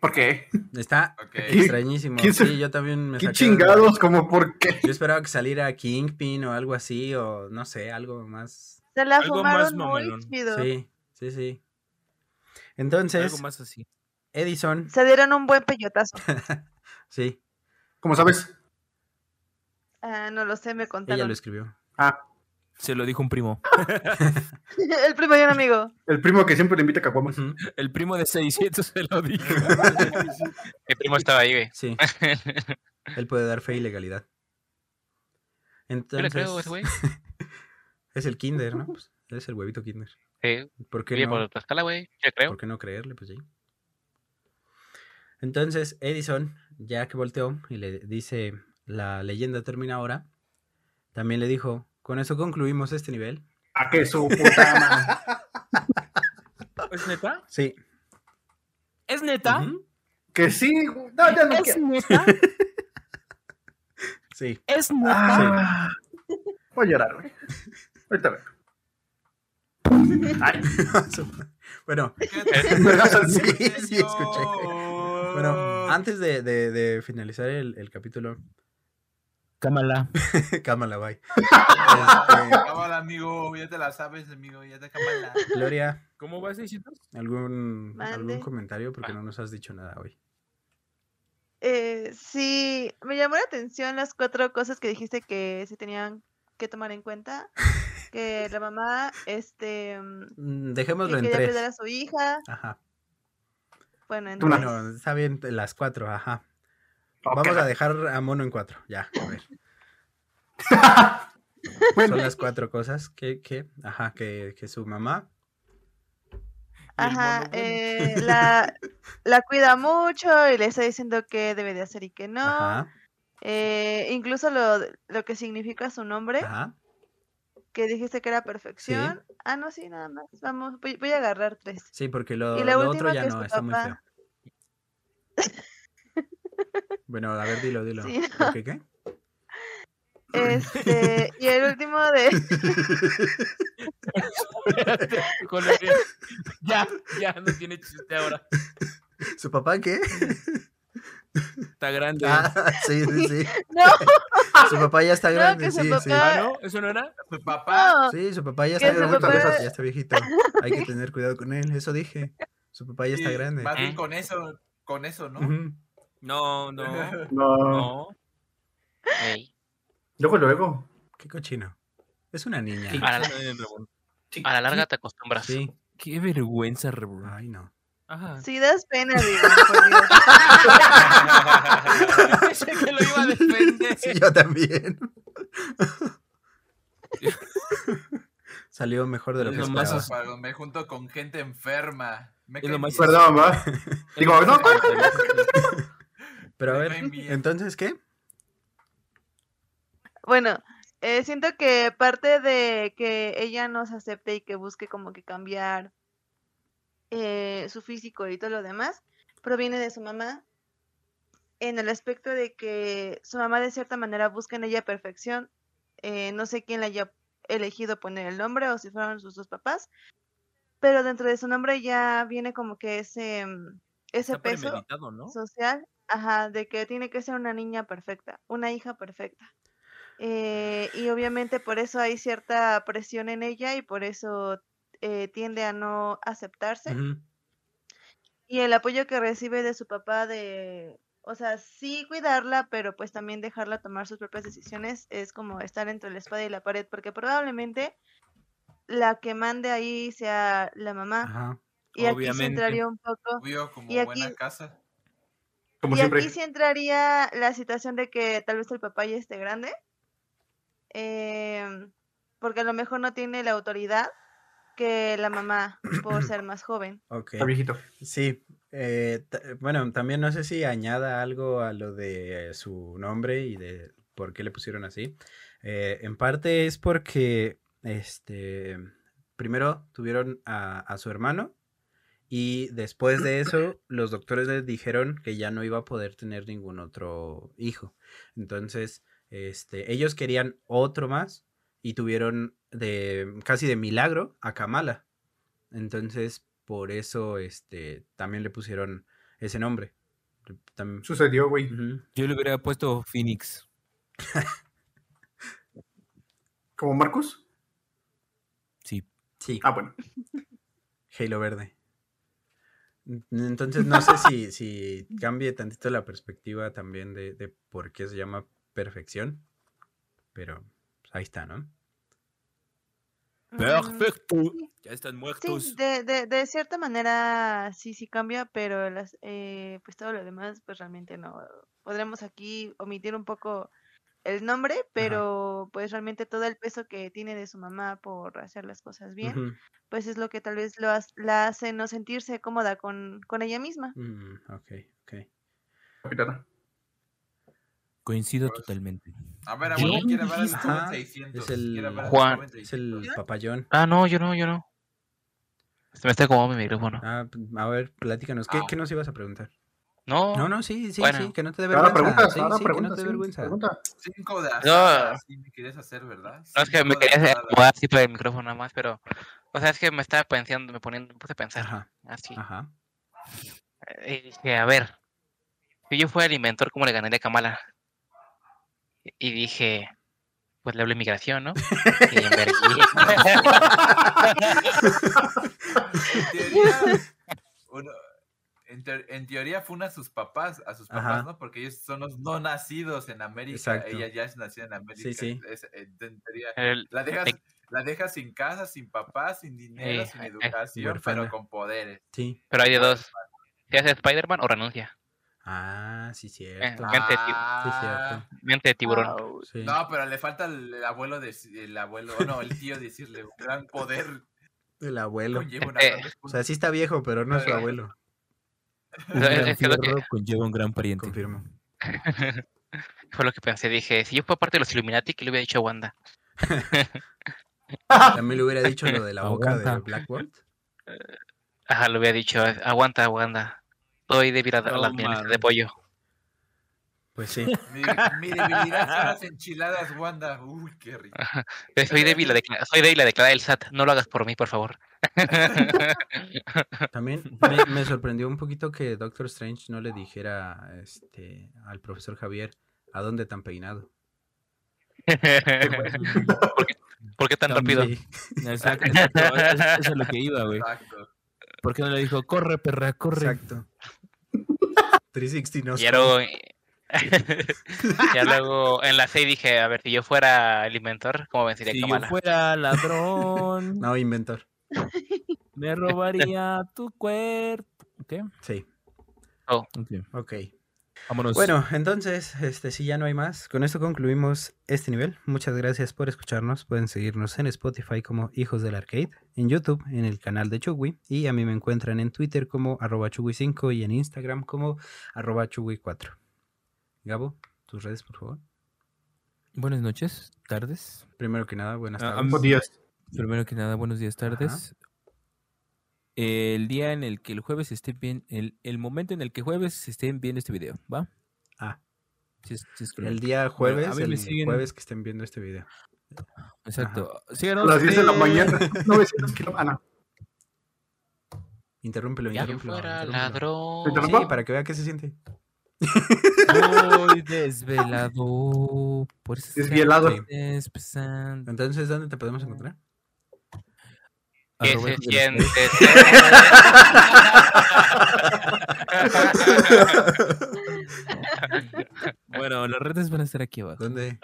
¿Por qué? Está Ok. [LAUGHS] extrañísimo. ¿Quién se- Sí, yo también me ¿Qué saqué de onda. chingados? Como por qué? Yo esperaba que saliera Kingpin o algo así, o no sé, algo más. Se la Algo más fumaron muy mamalón. chido. Sí, sí, sí. Algo Entonces, más así. Edison Se dieron un buen peyotazo. Sí, Como sabes, Ah, no lo sé, me ella lo contaron. escribió. Se lo dijo un primo. [LAUGHS] El primo de un amigo. el primo que siempre le invita a Caguamas. Ujú, El primo de 600 se lo dijo. Mi primo estaba ahí, güey. Sí, él puede dar fe y legalidad. Yo le creo, Entonces, güey. es el kinder, [LAUGHS] ¿no? Pues, es el huevito kinder. Sí, ¿Por qué vive no? por Tlaxcala, güey. Yo le creo. ¿Por qué no creerle? Pues sí. Entonces, Edison, ya que volteó y le dice, la leyenda termina ahora, también le dijo, con eso concluimos este nivel. A que su puta [LAUGHS] madre. ¿Es neta? Sí. ¿Es neta? ujú, Que sí, no, ya no ¿Es quiero. neta? Sí. ¿Es neta? [LAUGHS] Ah, Voy a llorar, güey. Ahorita veo. Ay, [LAUGHS] bueno, me das al Sí, sí. sí, escuché. bueno, antes de, de- de finalizar el, el capítulo, [LAUGHS] Cámala. cámara, bye. [LAUGHS] Este, Cámala, amigo, ya te la sabes, amigo, ya te cámala. Gloria, [LAUGHS] ¿Cómo va 600? ¿algún, algún Mande. comentario? Ah. Porque no nos has dicho nada hoy. Eh, sí, me llamó la atención las cuatro cosas que dijiste que se tenían que tomar en cuenta. Que la mamá, este, mm, Mm, que Dejémoslo en quería perder a tres. su hija. Ajá. Bueno, Tú no. entonces, Bueno, está bien, las cuatro, ajá. Ok. Vamos a dejar a Mono en cuatro, ya, a ver. [LAUGHS] Bueno, Son las cuatro cosas que, que ajá, que, que su mamá, ajá, mono bueno. eh, la, la cuida mucho y le está diciendo qué debe de hacer y qué no. ajá, Eh, incluso lo, de- lo que significa su nombre, ajá, que dijiste que era perfección. Ah, no, sí, nada más. Vamos, voy, voy a agarrar [LAUGHS] tres. sí, porque lo, Y la lo otro última ya que no, su está muy feo. papá- [LAUGHS] Bueno, a ver, dilo, dilo. Sí, ¿Por qué qué? Este, y el último de, [LAUGHS] Este, ya, ya no tiene chiste ahora. ¿Su papá qué? Está [LAUGHS] grande. Ah, sí, sí, [LAUGHS] sí. No. Su papá ya está No, grande, que su sí, sí. papá- Ah, ¿no? ¿Eso no era? Su papá. no, Sí, su papá ya Que está su grande, papá- ya está viejito. Hay que tener cuidado con él, eso dije. Su papá ya está sí, grande. Más bien ¿Eh? con eso, con eso, ¿no? Ujú. No, no, no. no. Ey. Luego, luego. Qué cochino. Es una niña. A la, Eh, Ramón. a la larga te acostumbras. Sí. Qué vergüenza, Rebro. Ay, no. Ajá. sí das pena, digo, por Dios. Pensé que lo iba a defender. Sí, yo [LAUGHS] también. Salió mejor de lo Es que lo más esperaba. as- Cuando me junto con gente enferma. Me Es caen lo más- bien, Perdón, [LAUGHS] va. Digo, no, no, Pero a me ver, caen bien. entonces, ¿qué? Bueno, eh, siento que parte de que ella nos acepte y que busque como que cambiar eh, su físico y todo lo demás, proviene de su mamá, en el aspecto de que su mamá de cierta manera busca en ella perfección. eh, no sé quién le haya elegido poner el nombre o si fueron sus dos papás, pero dentro de su nombre ya viene como que ese, mm, ese Está peso premeditado, ¿no? social, ajá, de que tiene que ser una niña perfecta, una hija perfecta. Eh, y obviamente por eso hay cierta presión en ella y por eso eh, tiende a no aceptarse. Ujú. Y el apoyo que recibe de su papá de, o sea, sí cuidarla, pero pues también dejarla tomar sus propias decisiones es como estar entre la espada y la pared, porque probablemente la que mande ahí sea la mamá. Ajá. Y aquí se Obviamente. entraría un poco. Obvio, como Y aquí- buena casa. Como y siempre. aquí sí entraría la situación de que tal vez el papá ya esté grande, em, porque a lo mejor no tiene la autoridad que la mamá por ser [CLEARS THROAT] más joven. Ok. Está viejito. Sí, eh, ta- bueno, también no sé si añada algo a lo de su nombre y de por qué le pusieron así. Eh, en parte es porque, este, primero tuvieron a, a su hermano y después de eso los doctores les dijeron que ya no iba a poder tener ningún otro hijo. Entonces, este, ellos querían otro más y tuvieron de casi de milagro a Kamala. Entonces, por eso este también le pusieron ese nombre. Tam- Sucedió, güey. Ujú. Yo le hubiera puesto Phoenix. ¿Como Marcus? Sí. Sí, Ah, bueno. Halo Verde. N- Entonces no sé si, si cambie tantito la perspectiva también de, de por qué se llama perfección. Pero pues, ahí está, ¿no? Mm, Ya están Sí, de, de, de cierta manera sí, sí cambia, pero las, eh, pues todo lo demás, pues realmente no. Podremos aquí omitir un poco el nombre, pero pues realmente todo el peso que tiene de su mamá por hacer las cosas bien, Ujú. pues es lo que tal vez lo has- la hace no sentirse cómoda con, con ella misma. Mm, ok, ok. Capitana. Coincido [LAUGHS] Pues, totalmente. A ver, ¿Qué? abuelo, quiere ver al Ajá, joven 600. es el- quiere ver al Juan, joven Es el 600. papayón. Ah, no, yo no, yo no. Se me está como mi micrófono. Ah, p- a ver, platícanos. ¿Qué, Ah. qué nos ibas a preguntar? No, No, no, sí, sí, Bueno. sí, que no te dé Ahora vergüenza. preguntas, sí, ahora sí, que no preguntas. te dé sí, vergüenza. pregunta. Cinco de asada, No. sí me querías hacer, ¿verdad? no es que me Cinco de quería hacer asada. acomodar así para el micrófono nada más, pero. O sea, es que me estaba pensando, me poniendo, me puse a pensar. Ajá, Así. ajá. Y dije, a ver, si yo fuera el inventor, ¿cómo le ganaría a Kamala? Y- Y dije, pues le hablo inmigración, ¿no? Y envergué. En teoría, uno- en, teo- en teoría fue una a sus papás, a sus papás, Ajá. ¿no? Porque ellos son los no nacidos en América. Exacto. Ella ya es nacida en América. sí. es- en- en teoría, El- la dejas, Te- la dejas sin casa, sin papá, sin dinero, Eh, sin eh, educación, huérfana. pero con poderes. Sí. Pero hay de dos. Si hace Spider-Man o renuncia. Ah, sí, cierto. Gente, sí. Ah, Mente de tiburón. Au. Sí. No, pero le falta el, el abuelo, de, el abuelo, no, el tío decirle, un gran poder El abuelo. conlleva una Eh, gran O responsabilidad. sea, sí está viejo, pero no es su Eh, abuelo. Un es- gran es que lo que- fierro conlleva un gran pariente. Confirmo. [LAUGHS] Fue lo que pensé. Dije, si yo fuera parte de los Illuminati, que le hubiera dicho a Wanda. También le hubiera dicho lo de la boca de Aguanta. Black Bolt. Ajá, le hubiera dicho, "A- aguanta, Wanda. Soy débil a la- a las No milanesas de mames. pollo. Pues sí. Mi, mi debilidad son las enchiladas, Wanda. Uy, qué rico. Ah, Eh, Soy débil, a decla- soy débil a declarar el SAT. No lo hagas por mí, por favor. También me, me sorprendió un poquito que Doctor Strange no le dijera este, al profesor Javier a dónde tan peinado. ¿Por qué, por qué tan rápido? Sí. [LAUGHS] Exacto, exacto, es- es- Eso es lo que iba, güey. Exacto. ¿Por qué no le dijo, corre, perra, corre? Exacto. 360 no. Y ya luego, [LAUGHS] ya luego en la 6 dije, a ver, si yo fuera el inventor, ¿cómo vencería Si a yo Kamala? fuera ladrón, [LAUGHS] No, inventor. me robaría tu cuerpo. ¿Ok? Sí, Oh. Ok. ok. Vámonos. Bueno, entonces, este, si ya no hay más, con esto concluimos este nivel. Muchas gracias por escucharnos. Pueden seguirnos en Spotify como Hijos del Arcade, en YouTube, en el canal de Chugui, y a mí me encuentran en Twitter como arroba Chugui5 y en Instagram como arroba Chugui4. Gabo, tus redes, por favor. Buenas noches, tardes. Oh, Primero que nada, buenas Ah, tardes. am- Buenos días. Primero que nada, buenos días, tardes. el día en el que el jueves esté bien, el, el momento en el que jueves estén viendo este video, ¿va? Ah, Sí, es- sí es correcto. el día jueves, a mí me el siguen- jueves que estén viendo este video. Exacto. Síganos A las 10 de la [LAUGHS] en- mañana, 900 kilómetros. Ah, no. Interrúmpelo, Ya interrúmpelo. fuera interrúmpelo. ladrón. ¿Te Sí, interrumpo? para que vea qué se siente. [LAUGHS] Voy desvelado. Por esas Desvielado. calles pesantes. Entonces, ¿dónde te podemos encontrar? ¿Qué Arroba se hijos de la- siente? Bueno, las redes van a estar aquí [LAUGHS] abajo. ¿Dónde?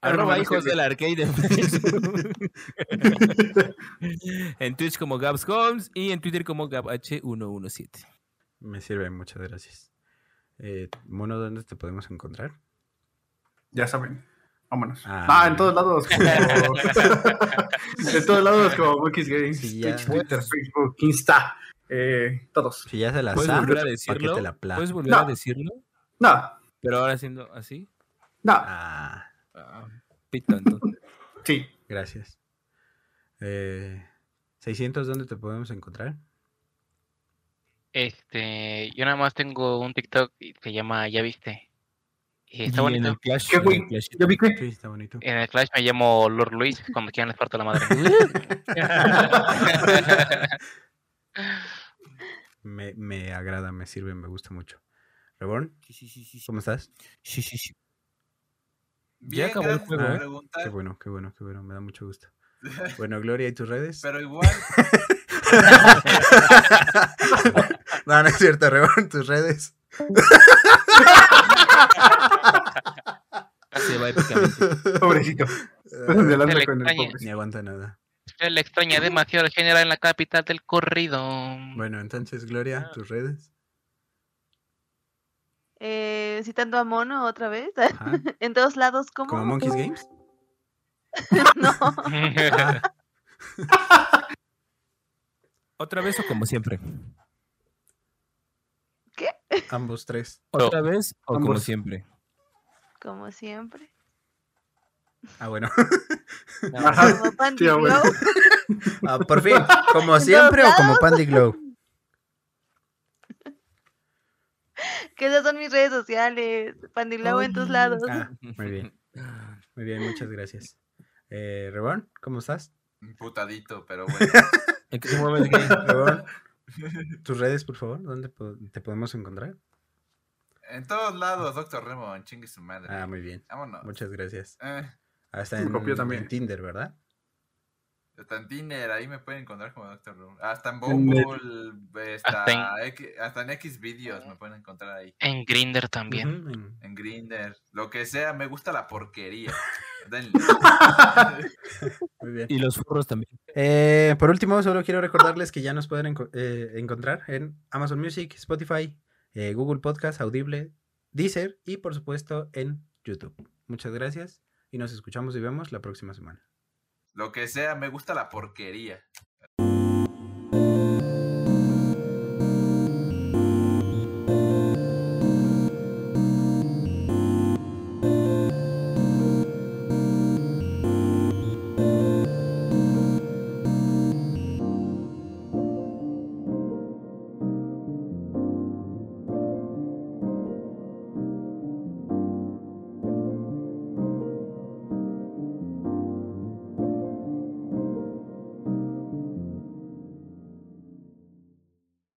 Arroba Arroba hijos hijos de- del arcade en Facebook. [LAUGHS] en Twitch como Gabs Holmes y en Twitter como GabH117. Me sirve, muchas gracias. Eh, mono, ¿dónde te podemos encontrar? Ya saben. Vámonos. Ah. Ah, en todos lados. [LAUGHS] como- en todos lados como Wikis Games. Sí, ya. Twitch, Twitter, Facebook, Insta. Eh, todos. Si ya se la ¿Puedes sabe, volver a ¿pa' qué decirlo? te la plata? ¿Puedes volver a No. decirlo? No, Pero ahora haciendo así. no. Ah, Ah, pito, entonces. Sí. gracias. Eh, 600, ¿dónde te podemos encontrar? Este, yo nada más tengo un TikTok y se llama Ya Viste. Y está Y En bonito. el Clash. ¿Qué, en el güey? Clash. Yo vi [LAUGHS] que. Sí, está bonito. En el Clash me llamo Lord Luis, cuando quieran les parto la madre. [LAUGHS] Me, me agrada, me sirve, me gusta mucho. Reborn, Sí, sí, sí, sí, sí. ¿cómo estás? [LAUGHS] Sí, sí, sí. Bien, acabó el gracias por juego, ¿eh? Ah. preguntar, Qué bueno, qué bueno, qué bueno, me da mucho gusto. Bueno, Gloria, ¿y tus [LAUGHS] redes? pero igual, [LAUGHS] no, no es cierto, Reborn, tus [LAUGHS] redes. Se va épicamente. Pobrecito. [LAUGHS] Ah, Delante le con el extraña. Ni pobrecito. aguanta nada. Se le extraña demasiado al general en la capital del corrido. Bueno, entonces, Ah. Gloria, tus redes. Eh, citando a Mono otra vez. [LAUGHS] [LAUGHS] Ajá. en todos lados, como. ¿Como Monkeys Games? [LAUGHS] no, Ah, ¿Otra vez o como siempre? ambos tres. ¿Otra vez o como Ambos. siempre? como siempre. Ah, bueno. Ajá. Como Pandy Sí, [LAUGHS] ah, bueno. Glow. [LAUGHS] Ah, por [LAUGHS] fin, ¿como siempre o como Pandy Glow? [LAUGHS] Que esas son mis redes sociales. Pandilao en todos lados. Ah, muy bien, muy bien, muchas gracias. Eh, Reborn, ¿cómo [LAUGHS] estás? putadito, pero bueno. ¿En qué se mueve [LAUGHS] el game? [LAUGHS] Reborn, tus redes, por favor, ¿dónde po- te podemos encontrar? En todos lados, Doctor Remo, chingue su madre. Ah, muy bien, Vámonos. muchas gracias. Eh, Hasta Me en, copió también. en Tinder, ¿verdad? hasta en Tinder, ahí me pueden encontrar como Doctor Remo. Hasta en En el- Bumble, hasta, Hasta X- hasta en X videos me pueden encontrar ahí. [LAUGHS] En Grinder también. Ujú, en- En Grinder, lo que sea, me gusta la porquería. Denle. Muy bien. Y los furros también. Eh, por último, solo quiero recordarles que ya nos pueden enco- eh, encontrar en Amazon Music, Spotify, eh, Google Podcast, Audible, Deezer y por supuesto en YouTube. Muchas gracias y nos escuchamos y vemos la próxima semana. Lo que sea, me gusta la porquería.